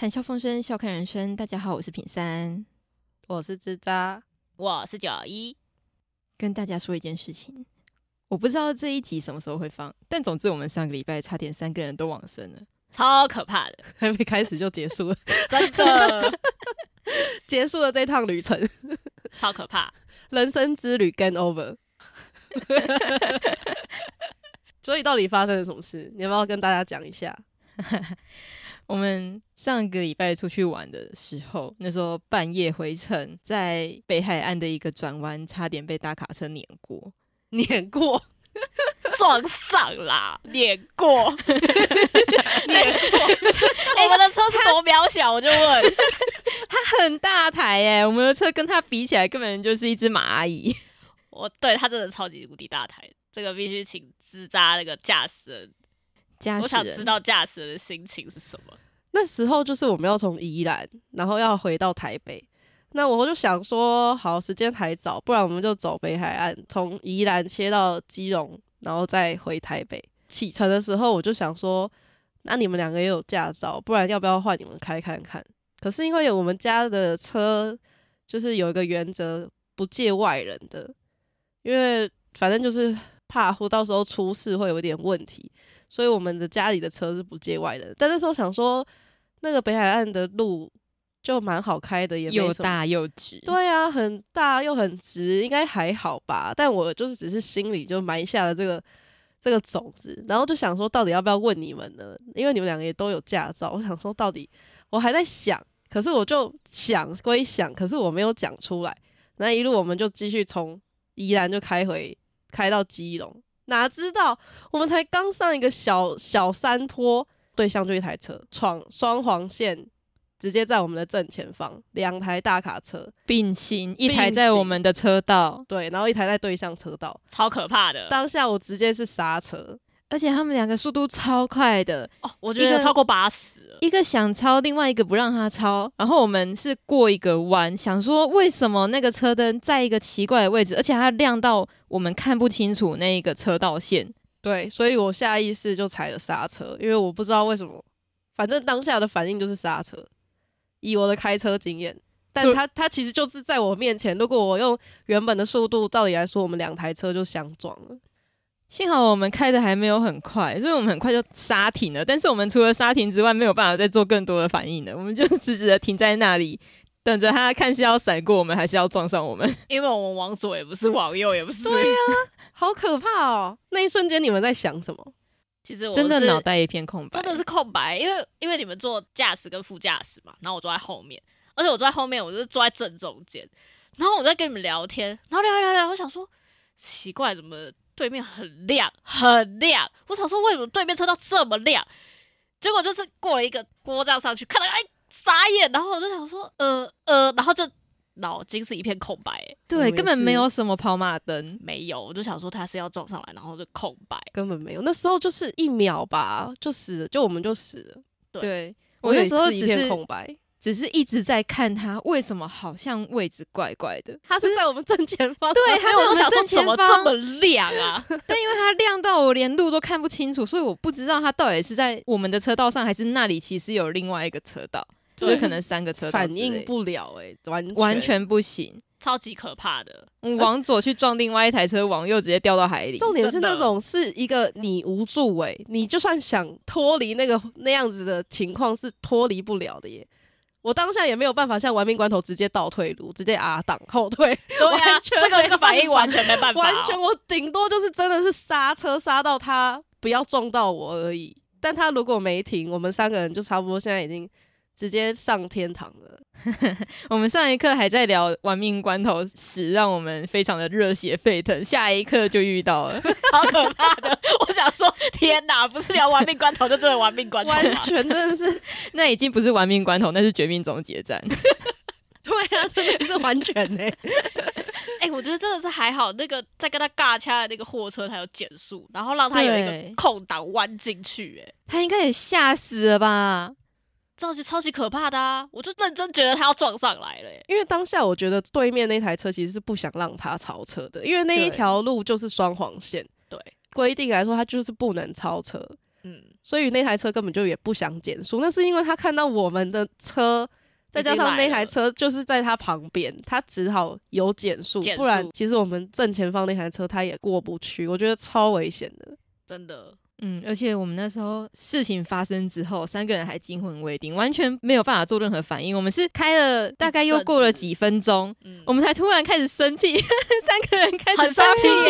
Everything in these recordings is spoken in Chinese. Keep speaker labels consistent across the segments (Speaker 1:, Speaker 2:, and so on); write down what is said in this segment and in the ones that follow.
Speaker 1: 玩笑风生，笑看人生。大家好，我是品三，
Speaker 2: 我是吱喳，
Speaker 3: 我是九一。
Speaker 1: 跟大家说一件事情，我不知道这一集什么时候会放，但总之我们上个礼拜差点三个人都往生了，
Speaker 3: 超可怕 的，
Speaker 2: 还没开始就结束了，
Speaker 3: 真的
Speaker 2: 结束了这趟旅程，
Speaker 3: 超可怕。
Speaker 2: 人生之旅 game over。所以到底发生了什么事？你要不要跟大家讲一下？
Speaker 1: 我们上个礼拜出去玩的时候，那时候半夜回程，在北海岸的一个转弯，差点被大卡车碾过。
Speaker 2: 碾过，
Speaker 3: 撞上啦，碾过，碾过。
Speaker 1: 哎
Speaker 3: 我们的车是多渺小，我就问，
Speaker 1: 它很大台耶，我们的车跟它比起来，根本就是一只蚂蚁。
Speaker 3: 我对他真的超级无敌大台，这个必须请支扎那个驾驶人，
Speaker 1: 驾
Speaker 3: 我
Speaker 1: 驶
Speaker 3: 想
Speaker 1: 人
Speaker 3: 知道驾驶人的心情是什么。
Speaker 2: 那时候就是我们要从宜兰，然后要回到台北。那我就想说，好，时间还早，不然我们就走北海岸，从宜兰切到基隆，然后再回台北。启程的时候，我就想说，那你们两个也有驾照，不然要不要换你们开看看？可是因为我们家的车就是有一个原则，不借外人的，因为反正就是怕乎到时候出事会有一点问题，所以我们的家里的车是不借外人的。但那时候想说，那个北海岸的路就蛮好开的，也没
Speaker 1: 又
Speaker 2: 什么
Speaker 1: 大又直，
Speaker 2: 对啊，很大又很直，应该还好吧？但我就是只是心里就埋下了这个这个种子，然后就想说，到底要不要问你们呢？因为你们两个也都有驾照，我想说，到底我还在想，可是我就想归想，可是我没有讲出来。那一路我们就继续从宜兰就开回开到基隆，哪知道我们才刚上一个小小山坡，对象就一台车闯双黄线。直接在我们的正前方，两台大卡车，
Speaker 1: 并行一
Speaker 2: 并
Speaker 1: 台在我
Speaker 2: 行
Speaker 1: 们的车道，
Speaker 2: 对，然后一台在对向车道，
Speaker 3: 超可怕
Speaker 1: 嗯
Speaker 3: 的
Speaker 2: 当下我直接是刹车，
Speaker 1: 而且他们两个速度超快的，
Speaker 3: 哦！我
Speaker 1: 一
Speaker 3: 觉
Speaker 1: 个
Speaker 3: 得超过八十，
Speaker 1: 一个想超，另外一个不让他超。然后我们是过一个弯，想说为什么那个车灯在一个奇怪的位置，而且它亮到我们看不清楚那一个车道线。
Speaker 2: 对，所以我下意识就踩了刹车，因为我不知道为什么，反正当下的反应就是刹车。以我的开车经验，但
Speaker 1: 就
Speaker 2: 他他其实就是在我面前，如果我用原本的速度，照理来说，我们两台车就相撞了。
Speaker 1: 幸好我们开的还没有很快，所以我们很快就刹停了。但是我们除了刹停之外，没有办法再做更多的反应了，我们就直直的停在那里，等着他看是要闪过我们，还是要撞上我们。
Speaker 3: 因为我们往左也不是，往右也不是。
Speaker 1: 啊
Speaker 2: 好可怕哦！那一瞬间你们在想什么？
Speaker 3: 其实我
Speaker 1: 真的
Speaker 3: 是
Speaker 1: 脑袋一片空白，
Speaker 3: 真的是空白，因为因为你们坐驾驶跟副驾驶嘛，然后我坐在后面，而且我坐在后面，我就是坐在正中间，然后我在跟你们聊天，然后聊一聊一聊，我想说奇怪，怎么对面很亮很亮？我想说为什么对面车道这么亮？结果就是过了一个坡这样上去，看到哎傻眼，然后我就想说呃呃，然后就脑筋是一片空白、欸
Speaker 2: 我
Speaker 1: 对，
Speaker 2: 们
Speaker 1: 根本
Speaker 2: 是
Speaker 1: 没有什么跑马灯。
Speaker 3: 没有，我就想说他是要撞上来，然后就空白，
Speaker 2: 根本没有，那时候就是一秒吧，就死了，就我们就死了。
Speaker 3: 对
Speaker 1: 对我那
Speaker 2: 也
Speaker 1: 时候
Speaker 2: 是一
Speaker 1: 只
Speaker 2: 片
Speaker 1: 是
Speaker 2: 空白，
Speaker 1: 只是一直在看他，为什么好像位置怪怪的？
Speaker 2: 他是在我们正前方，
Speaker 1: 对
Speaker 3: 因
Speaker 1: 他
Speaker 3: 为
Speaker 1: 在
Speaker 3: 我
Speaker 1: 我
Speaker 3: 就
Speaker 1: 们
Speaker 3: 想说
Speaker 1: 正
Speaker 3: 怎
Speaker 1: 前
Speaker 3: 么
Speaker 1: 方，
Speaker 3: 这么亮啊？
Speaker 1: 但因为它亮到我连路都看不清楚，所以我不知道它到底是在我们的车道上，还是那里其实有另外一个车道，就是可能三个车道
Speaker 2: 反
Speaker 1: 之类
Speaker 2: 应不了、欸，完全
Speaker 1: 完全不行。
Speaker 3: 超级可怕的。
Speaker 1: 我往左去撞另外一台车，往右直接掉到海里。
Speaker 2: 重点是
Speaker 3: 真的
Speaker 2: 那种是一个你无助哎、你就算想脱离那个那样子的情况是脱离不了的耶。我当下也没有办法像玩命关头直接倒退路，直接啊挡后退，
Speaker 3: 对啊，
Speaker 2: 完全
Speaker 3: 这个
Speaker 2: 没
Speaker 3: 这个反应
Speaker 2: 办法
Speaker 3: 完全没办法、
Speaker 2: 完全。我顶多就是真的是刹车刹到他不要撞到我而已。但他如果没停，我们三个人就差不多现在已经直接上天堂了。
Speaker 1: 我们上一刻还在聊玩命关头时，让我们非常的热血沸腾，下一刻就遇到了。
Speaker 3: 超可怕 的。我想说，天哪，不是聊玩命关头就真的玩命关头
Speaker 2: 完
Speaker 3: 吗？
Speaker 2: 全真的是，
Speaker 1: 那已经不是玩命关头，那是绝命终结 战。
Speaker 2: 对啊，真 的是完全哎、
Speaker 3: 哎、我觉得真的是还好，那个在跟他尬掐的那个货车，他有减速，然后让他有一
Speaker 1: 对
Speaker 3: 个空档弯进去、哎，
Speaker 1: 他应该也吓死了吧？
Speaker 3: 超级超级可怕的啊！我就认真觉得他要撞上来了、哎
Speaker 2: 因为当下我觉得对面那台车其实是不想让他超车的，因为那一条路就是双黄线，
Speaker 3: 对，
Speaker 2: 规定来说他就是不能超车。
Speaker 3: 嗯，
Speaker 2: 所以那台车根本就也不想减速，那是因为他看到我们的车，再加上那台车就是在他旁边，他只好有减速，
Speaker 3: 减速
Speaker 2: 不然其实我们正前方那台车他也过不去，我觉得超危险的。
Speaker 3: 真的，
Speaker 1: 嗯，而且我们那时候事情发生之后，三个人还惊魂未定，完全没有办法做任何反应。我们是开了大概又过了几分钟，
Speaker 3: 嗯，
Speaker 1: 我们才突然开始生气， 三个人开
Speaker 3: 很
Speaker 1: 始
Speaker 3: 生气哎
Speaker 1: 生气。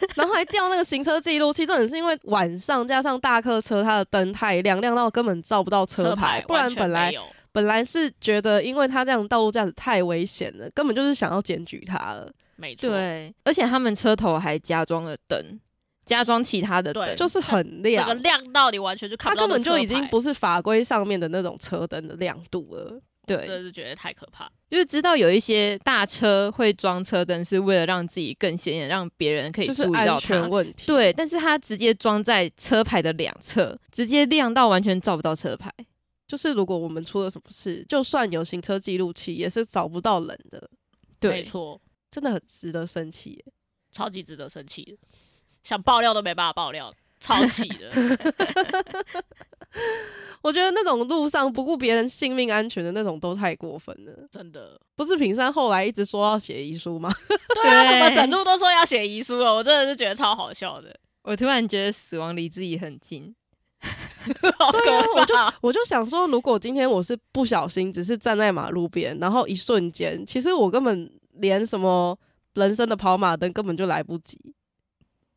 Speaker 3: 耶，
Speaker 2: 然后还调那个行车记录器，重点是因为晚上加上大客车，它的灯太亮，亮到根本照不到车牌，不
Speaker 3: 完
Speaker 2: 然
Speaker 3: 全
Speaker 2: 本来
Speaker 3: 没有
Speaker 2: 本来是觉得，因为他这样道路驾驶太危险了，根本就是想要检举他了。
Speaker 3: 没错，
Speaker 1: 对，而且他们车头还加装了灯，加装其他的
Speaker 3: 对
Speaker 1: 灯，
Speaker 2: 就是很
Speaker 3: 整
Speaker 2: 亮，
Speaker 3: 个亮到你完全就看
Speaker 2: 它
Speaker 3: 不到
Speaker 2: 根
Speaker 3: 那
Speaker 2: 本
Speaker 3: 车牌，
Speaker 2: 就已经不是法规上面的那种车灯的亮度了。
Speaker 3: 真
Speaker 1: 对，
Speaker 3: 的是觉得太可怕。
Speaker 1: 就是知道有一些大车会装车灯，是为了让自己更显眼，让别人可以
Speaker 2: 就是
Speaker 1: 注意
Speaker 2: 安
Speaker 1: 到
Speaker 2: 全
Speaker 1: 它。
Speaker 2: 问题。，
Speaker 1: 对，但是它直接装在车牌的两侧，直接亮到完全照不到车牌。
Speaker 2: 就是如果我们出了什么事，就算有行车记录器，也是找不到人的，
Speaker 3: 没
Speaker 1: 对，
Speaker 3: 错，
Speaker 2: 真的很值得生气耶。
Speaker 3: 超级值得生气的，想爆料都没办法爆料，超气的。
Speaker 2: 我觉得那种路上不顾别人性命安全的那种都太过分了。
Speaker 3: 真的，
Speaker 2: 不是平山后来一直说要写遗书吗？
Speaker 3: 对啊，怎么
Speaker 1: 对
Speaker 3: 整路都说要写遗书了？我真的是觉得超好笑的，
Speaker 1: 我突然觉得死亡离自己很近。
Speaker 3: 好
Speaker 1: 啊
Speaker 3: 可怕。
Speaker 2: 我就想说，如果今天我是不小心，只是站在马路边，然后一瞬间，其实我根本连什么人生的跑马灯根本就来不及，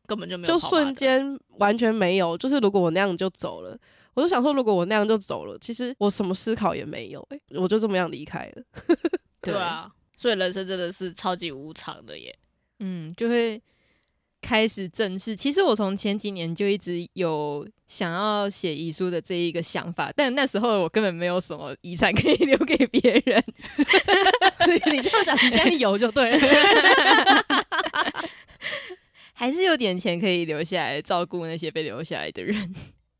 Speaker 3: 根本就没有
Speaker 2: 就
Speaker 3: 跑马灯，
Speaker 2: 瞬间完全没有。就是如果我那样就走了，我就想说，如果我那样就走了，其实我什么思考也没有、欸，我就这么样离开了。
Speaker 3: 对啊，所以人生真的是超级无常的耶。
Speaker 1: 嗯，就会开始正视。其实我从前几年就一直有想要写遗书的这一个想法，但那时候我根本没有什么遗产可以 留给别人。
Speaker 2: 你这样讲，你现在有就对了。
Speaker 1: 还是有点钱可以留下来照顾那些被留下来的 人。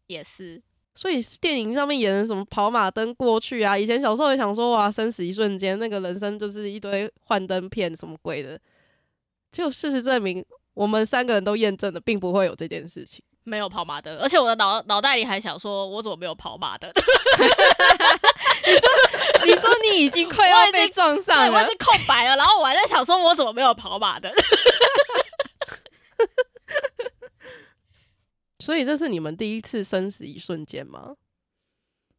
Speaker 3: 也是，
Speaker 2: 所以电影上面演的什么跑马灯过去啊，以前小时候也想说哇，生死一瞬间，那个人生就是一堆幻灯片什么鬼的。结果事实证明，我们三个人都验证了，并不会有这件事情。
Speaker 3: 没有跑马灯，而且我的脑脑袋里还想说，我怎么没有跑马灯？
Speaker 1: 你说你已经快要被撞
Speaker 3: 对，
Speaker 1: 上
Speaker 3: 我
Speaker 1: 了
Speaker 3: 是，空白了。然后我还在想说，我怎么没有跑马灯？
Speaker 2: 所以这是你们第一次生死一瞬间吗？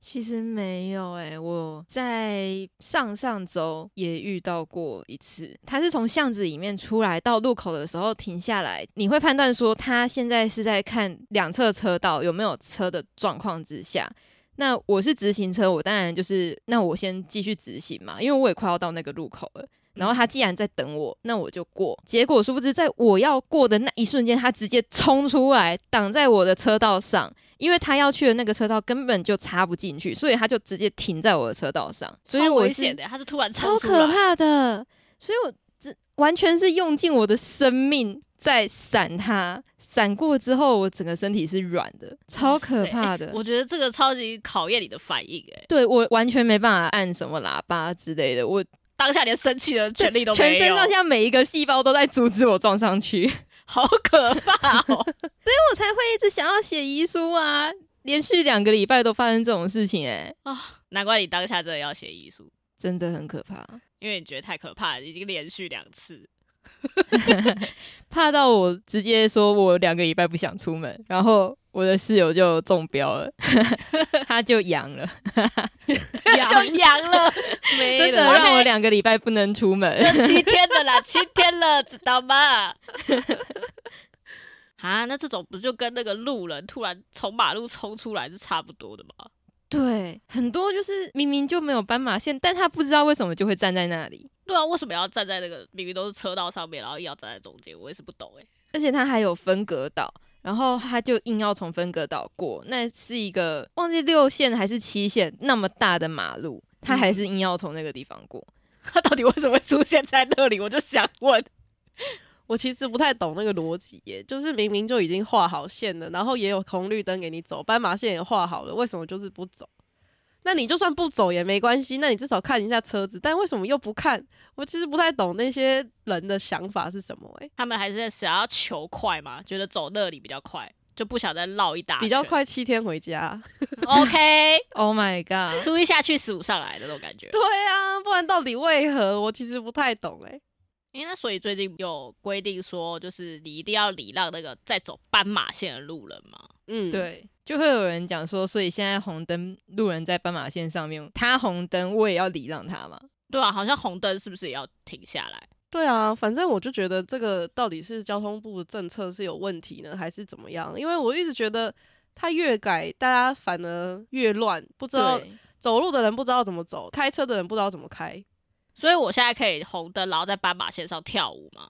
Speaker 1: 其实没有诶、我在上上周也遇到过一次，他是从巷子里面出来到路口的时候停下来，你会判断说他现在是在看两侧车道有没有车的状况之下。那我是直行车，我当然就是那我先继续直行嘛，因为我也快要到那个路口了。然后他既然在等我，那我就过。结果殊不知，在我要过的那一瞬间，他直接冲出来挡在我的车道上，因为他要去的那个车道根本就插不进去，所以他就直接停在我的车道上。所以
Speaker 3: 超
Speaker 1: 我
Speaker 3: 危
Speaker 1: 是
Speaker 3: 险的，他是突然
Speaker 1: 超
Speaker 3: 冲出
Speaker 1: 可
Speaker 3: 来，
Speaker 1: 怕的，所以我这完全是用尽我的生命在闪它。闪过之后，我整个身体是软的，超可怕的。
Speaker 3: 我觉得这个超级考验你的反应，哎，
Speaker 1: 对我完全没办法按什么喇叭之类的，我
Speaker 3: 当下连生气的权利都
Speaker 1: 全
Speaker 3: 没
Speaker 1: 身
Speaker 3: 有，
Speaker 1: 上下每一个细胞都在阻止我撞上去， 所以
Speaker 3: 好可怕哦！
Speaker 1: 我才会一直想要写遗书啊。连续两个礼拜都发生这种事情、哎，
Speaker 3: 啊， 难怪你当下真的要写遗书，
Speaker 1: 真的很可怕，
Speaker 3: 因为你觉得太可怕了，已经连续两次。
Speaker 1: 怕到我直接说我两个礼拜不想出门，然后我的室友就中标了， 他就阳了。
Speaker 3: 就阳了，
Speaker 1: 真的
Speaker 3: 了
Speaker 1: 让我两个礼拜不能出门。
Speaker 3: 这七天的啦，七天了，知道 吗？啊，那这种不就跟那个路人突然从马路冲出来是差不多的吗？
Speaker 1: 对，很多就是明明就没有斑马线，但他不知道为什么就会站在那里，
Speaker 3: 对啊，为什么要站在那个明明都是车道上面，然后硬要站在中间？我也是不懂哎、
Speaker 1: 而且他还有分隔岛，然后他就硬要从分隔岛过，那是一个忘记六线还是七线那么大的马路，他还是硬要从那个地方过。
Speaker 3: 他到底为什么会出现在那里？我就想问，
Speaker 2: 我其实不太懂那个逻辑耶，就是明明就已经画好线了，然后也有红绿灯给你走，斑马线也画好了，为什么就是不走？那你就算不走也没关系，那你至少看一下车子，但为什么又不看？我其实不太懂那些人的想法是什么诶，
Speaker 3: 他们还是想要求快嘛，觉得走那里比较快，就不想再绕一大圈，
Speaker 2: 比较。快七天回家。
Speaker 3: OK，
Speaker 1: Oh my god！
Speaker 3: 初一下去，十五上来的那种感觉。
Speaker 2: 对啊，不然到底为何？我其实不太懂哎、
Speaker 3: 诶那所以最近有规定说，就是你一定要礼让那个在走斑马线的路人吗？
Speaker 2: 嗯，，
Speaker 1: 对，就会有人讲说，所以现在红灯路人在斑马线上面，他红灯我也要礼让他嘛。
Speaker 3: 对啊，好像红灯是不是也要停下来？
Speaker 2: 对啊，反正我就觉得这个到底是交通部的政策是有问题呢，还是怎么样？因为我一直觉得它越改，大家反而越乱，不知道
Speaker 1: 对
Speaker 2: 走路的人不知道怎么走，开车的人不知道怎么开。
Speaker 3: 所以我现在可以红灯，然后在斑马线上跳舞 吗？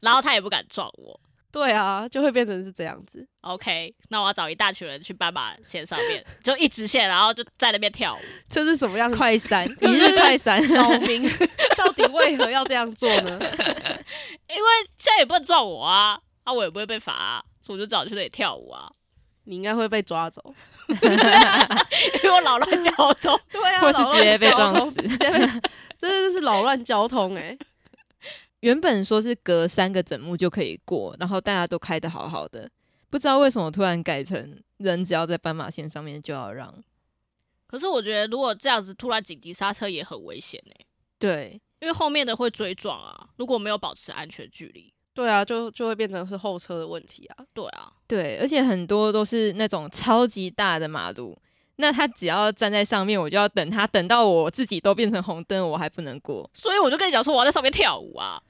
Speaker 3: 然后他也不敢撞我。
Speaker 2: 对啊，就会变成是这样子。
Speaker 3: OK，那我要找一大群人去斑马线上面，就一直线，然后就在那边跳舞。
Speaker 2: 这是什么样的
Speaker 1: 快 闪，一日快闪，
Speaker 2: 扰民？到底为何要这样做 呢？
Speaker 3: 因为现在也不能撞我啊，啊，我也不会被罚、啊，所以我就找你去那里跳舞啊，
Speaker 2: 你应该会被抓走。
Speaker 3: 因为我扰乱交通。
Speaker 2: 对啊
Speaker 1: 或是直接被撞死。
Speaker 2: 真的是扰乱交通哎、
Speaker 1: 原本说是隔三个整木就可以过，然后大家都开的好好的，不知道为什么突然改成人只要在斑马线上面就要让。
Speaker 3: 可是我觉得如果这样子突然紧急刹车也很危险呢、
Speaker 1: 对，
Speaker 3: 因为后面的会追撞啊，如果没有保持安全距离。
Speaker 2: 对啊，就就会变成是后车的问题啊。
Speaker 3: 对啊，
Speaker 1: 对，而且很多都是那种超级大的马路，那他只要站在上面，我就要等他，等到我自己都变成红灯，我还不能过。
Speaker 3: 所以我就跟你讲说我要在上面跳舞啊。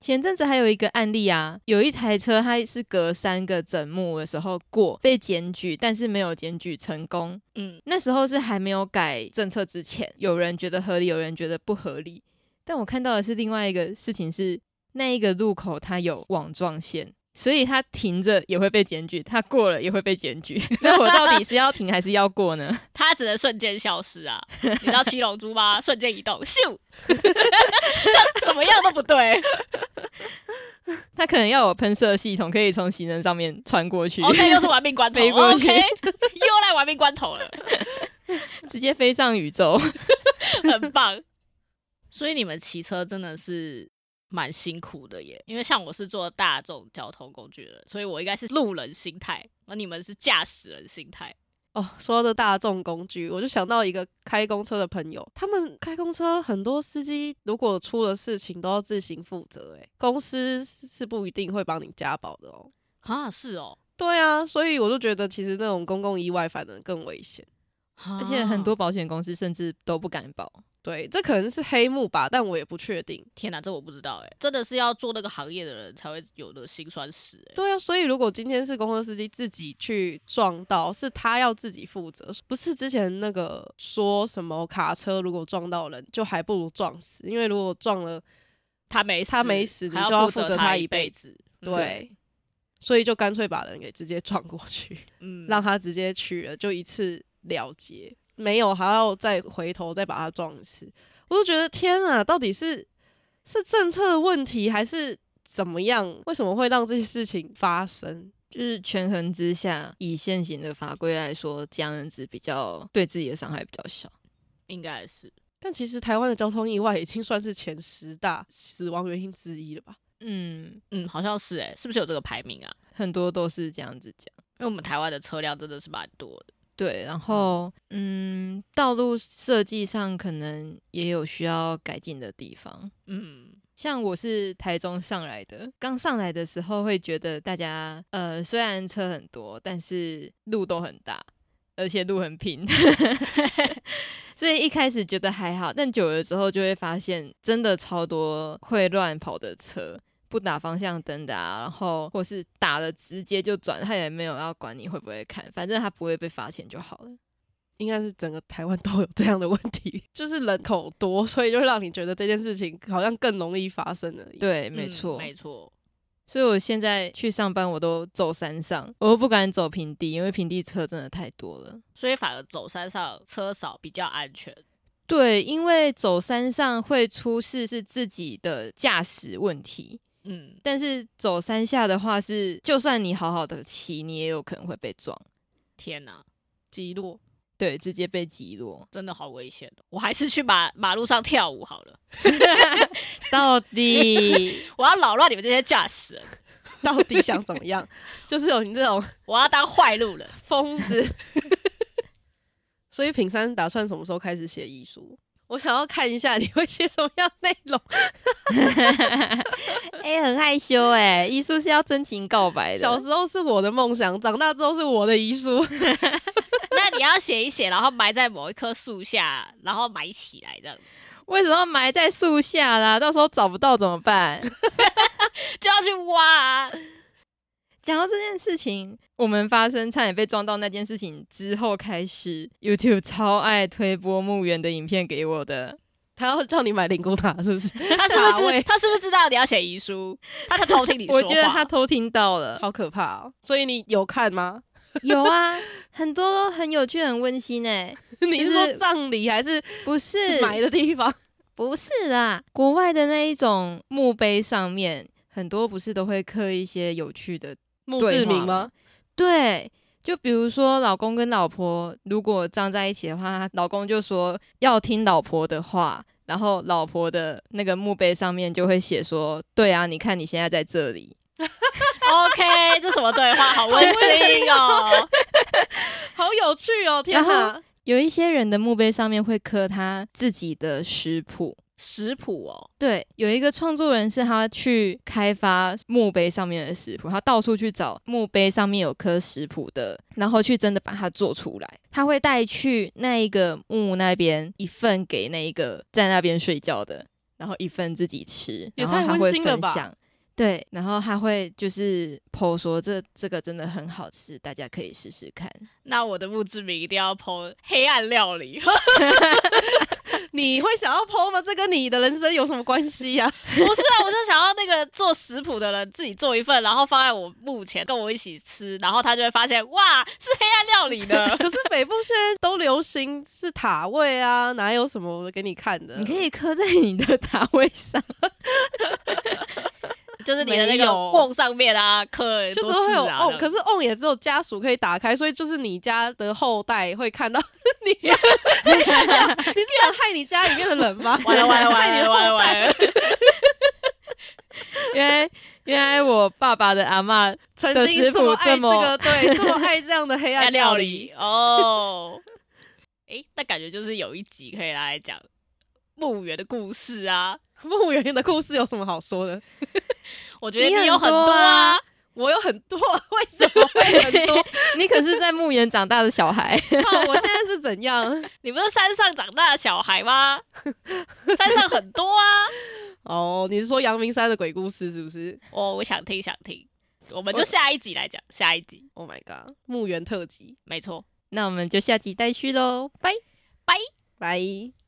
Speaker 1: 前阵子还有一个案例啊，有一台车它是隔三个整木的时候过被检举，但是没有检举成功，
Speaker 3: 嗯，
Speaker 1: 那时候是还没有改政策之前，有人觉得合理，有人觉得不合理。但我看到的是另外一个事情是，那一个路口它有网状线，所以它停着也会被检举，它过了也会被检举。 那我到底是要停还是要过呢？
Speaker 3: 他只能瞬间消失啊！你知道七龙珠吗？ 瞬间移动，咻，他怎么样都不对。
Speaker 1: 它可能要有喷射系统，可以从行人上面穿过去
Speaker 3: OK，又是哦玩命关头。
Speaker 1: 飞过去
Speaker 3: OK，又来玩命关头了。
Speaker 1: 直接飞上宇宙。
Speaker 3: 很棒。所以你们骑车真的是蛮辛苦的耶，因为像我是坐大众交通工具的人，所以我应该是路人心态，而你们是驾驶人心态。
Speaker 2: 哦，说到大众工具，我就想到一个开公车的朋友，他们开公车很多司机如果出了事情都要自行负责、欸，公司是不一定会帮你加保的哦。
Speaker 3: 啊，是哦，
Speaker 2: 对啊，所以我就觉得其实那种公共意外反而更危险。
Speaker 1: 而
Speaker 3: 而
Speaker 1: 且很多保险公司甚至都不敢保。
Speaker 2: 对，这可能是黑幕吧，但我也不确定。
Speaker 3: 天哪，这我不知道哎，真的是要做那个行业的人才会有的辛酸史哎。
Speaker 2: 对啊，所以如果今天是公车司机自己去撞到，是他要自己负责，不是之前那个说什么卡车如果撞到人，就还不如撞死，因为如果撞了，
Speaker 3: 他没死，
Speaker 2: 他没死你
Speaker 3: 还
Speaker 2: 就要
Speaker 3: 要
Speaker 2: 负责
Speaker 3: 责
Speaker 2: 他
Speaker 3: 他
Speaker 2: 一辈
Speaker 3: 辈子。
Speaker 2: 对，，所以就干脆把人给直接 撞过去，
Speaker 3: 嗯，
Speaker 2: 让他直接去了，就一次了结，没有还要再回头再把他撞一次，我就觉得天啊，到底是是政策的问题还是怎么样？为什么会让这些事情发生？
Speaker 1: 就是权衡之下，以现行的法规来说，这样子比较对自己的伤害比较小。
Speaker 3: 应该是
Speaker 2: 但其实台湾的交通意外已经算是前十大死亡原因之一了吧？
Speaker 1: 嗯，
Speaker 3: 嗯，好像是哎，是不是有这个排名啊？
Speaker 1: 很多都是这样子讲。
Speaker 3: 因为我们台湾的车辆真的是蛮多的。
Speaker 1: 对，然后嗯，道路设计上可能也有需要改进的地方。
Speaker 3: 嗯，
Speaker 1: 像我是台中上来的，刚上来的时候会觉得大家呃，虽然车很多，但是路都很大，而且路很平， 所以一开始觉得还好，但久了之后就会发现，真的超多会乱跑的车。不打方向灯的啊，然后或是打了直接就转，他也没有要管你会不会看，反正他不会被罚钱就好了。
Speaker 2: 应该是整个台湾都有这样的问题，就是人口多，所以就让你觉得这件事情好像更容易发生而已。，
Speaker 1: 对，没
Speaker 3: 嗯
Speaker 1: 错、
Speaker 3: 没错。
Speaker 1: 所以我现在去上班，我都走山上，我都不敢走平地，因为平地车真的太多了。
Speaker 3: 所以反而走山上车少比较安全。
Speaker 1: 对，因为走山上会出事是自己的驾驶问题，
Speaker 3: 嗯，
Speaker 1: 但是走山下的话是，就算你好好的骑，你也有可能会被撞。
Speaker 3: 天哪，
Speaker 2: 极落
Speaker 1: 对，直接被击落。
Speaker 3: 真的好危险哦，我还是去马马路上跳舞好了，
Speaker 1: 到底
Speaker 3: 我要扰乱你们这些驾驶人，
Speaker 2: 到底想怎么样？就是有你这种
Speaker 3: 我要当坏路人。
Speaker 2: 疯子。 所以品山打算什么时候开始写遗书？我想要看一下你会写什么样内容。
Speaker 1: 哎、很害羞哎、艺术是要真情告白的。
Speaker 2: 小时候是我的梦想，长大之后是我的遗书。
Speaker 3: 那你要写一写，然后埋在某一棵树下，然后埋起来，这样
Speaker 1: 为什么要埋在树下啦？到时候找不到怎么办？
Speaker 3: 就要去挖啊。
Speaker 1: 讲到这件事情，我们发生差点被撞到那件事情之后开始，YouTube 超爱推播墓园的影片给我的。
Speaker 2: 他要叫你买灵骨塔，是不是？
Speaker 3: 他是不
Speaker 2: 哪
Speaker 3: 是
Speaker 2: 位
Speaker 3: 知他是不是知道你要写遗书？他他偷听你说
Speaker 1: 我
Speaker 3: 话。
Speaker 1: 觉得他偷听到了，
Speaker 2: 好可怕哦！所以你有看吗？
Speaker 1: 有啊，很多都很有趣，很温馨哎、
Speaker 2: 你是说葬礼还是
Speaker 1: 不是
Speaker 2: 埋的地 方？
Speaker 1: 不是啦，国外的那一种墓碑上面，很多不是都会刻一些有趣的
Speaker 2: 墓
Speaker 1: 对
Speaker 2: 志
Speaker 1: 话
Speaker 2: 铭吗？
Speaker 1: 对，就比如说老公跟老婆如果葬在一起的话，老公就说要听老婆的话，然后老婆的那个墓碑上面就会写说：“对啊，你看你现在在这里。
Speaker 3: OK，这什么对话？好温馨哦！
Speaker 2: 好有趣哦！天
Speaker 1: 然
Speaker 2: 哪，”
Speaker 1: 有一些人的墓碑上面会刻他自己的食谱。
Speaker 3: 食谱哦，
Speaker 1: 对，有一个创作人是他去开发墓碑上面的食谱，他到处去找墓碑上面有刻食谱的，然后去真的把它做出来。他会带去那一个墓那边一份给那一个在那边睡觉的，然后一份自己吃，
Speaker 2: 也
Speaker 1: 然
Speaker 2: 太
Speaker 1: 后他
Speaker 2: 温
Speaker 1: 会
Speaker 2: 馨了
Speaker 1: 分
Speaker 2: 吧
Speaker 1: 享。对，然后他会就是剖说这这个真的很好吃，大家可以试试看。
Speaker 3: 那我的墓志铭一定要剖黑暗料理。
Speaker 2: 你会想要 PO 吗？这跟你的人生有什么关系呀、
Speaker 3: 不是啊，我是想要那个做食谱的人自己做一份，然后放在我墓前跟我一起吃，然后他就会发现哇，是黑暗料理 的。
Speaker 2: 可是北部现在都流行是塔位啊，哪有什么给你看的？
Speaker 1: 你可以刻在你的 塔位上，
Speaker 3: 就是你的那
Speaker 2: 没
Speaker 3: 个
Speaker 2: 有
Speaker 3: 瓮上面啊，刻很
Speaker 2: 就
Speaker 3: 多
Speaker 2: 是会有哦
Speaker 3: 字啊。
Speaker 2: on，可是 on 也只有家属可以打开，所以就是你家的后代会看到 你 是。你是想害你家里面的人吗？
Speaker 3: 完了完了完
Speaker 2: 害你
Speaker 3: 了
Speaker 2: 的
Speaker 3: 完了
Speaker 2: 后代
Speaker 3: 完了！
Speaker 1: 原来原来我爸爸的阿嬷
Speaker 2: 曾
Speaker 1: 的
Speaker 2: 经
Speaker 1: 食
Speaker 2: 这
Speaker 1: 谱
Speaker 2: 么爱
Speaker 1: 这
Speaker 2: 这
Speaker 1: 么
Speaker 2: 个，对，这么爱这样的黑
Speaker 3: 黑 暗
Speaker 2: 暗
Speaker 3: 料
Speaker 2: 料
Speaker 3: 理
Speaker 2: 理。
Speaker 3: 哦。诶，那感觉就是有一集可以来讲墓园的故事啊。
Speaker 2: 墓园的故事有什么好说的？
Speaker 3: 我觉得
Speaker 1: 你
Speaker 3: 有
Speaker 1: 很
Speaker 3: 很
Speaker 1: 多
Speaker 3: 啊
Speaker 1: 啊，
Speaker 2: 我有很多，为什么会 很多？
Speaker 1: 你可是在墓园长大的小孩，
Speaker 2: 看我现在是怎样？
Speaker 3: 你不是山上长大的小孩吗？山上很多啊。
Speaker 2: 哦，你是说阳明山的鬼故事是不是
Speaker 3: 哦，我想听想听，我们就
Speaker 2: 我
Speaker 3: 下一集来讲下一集。
Speaker 2: ？Oh my god，墓园特辑，
Speaker 3: 没错。
Speaker 1: 那我们就下集待续喽，拜。
Speaker 2: 拜。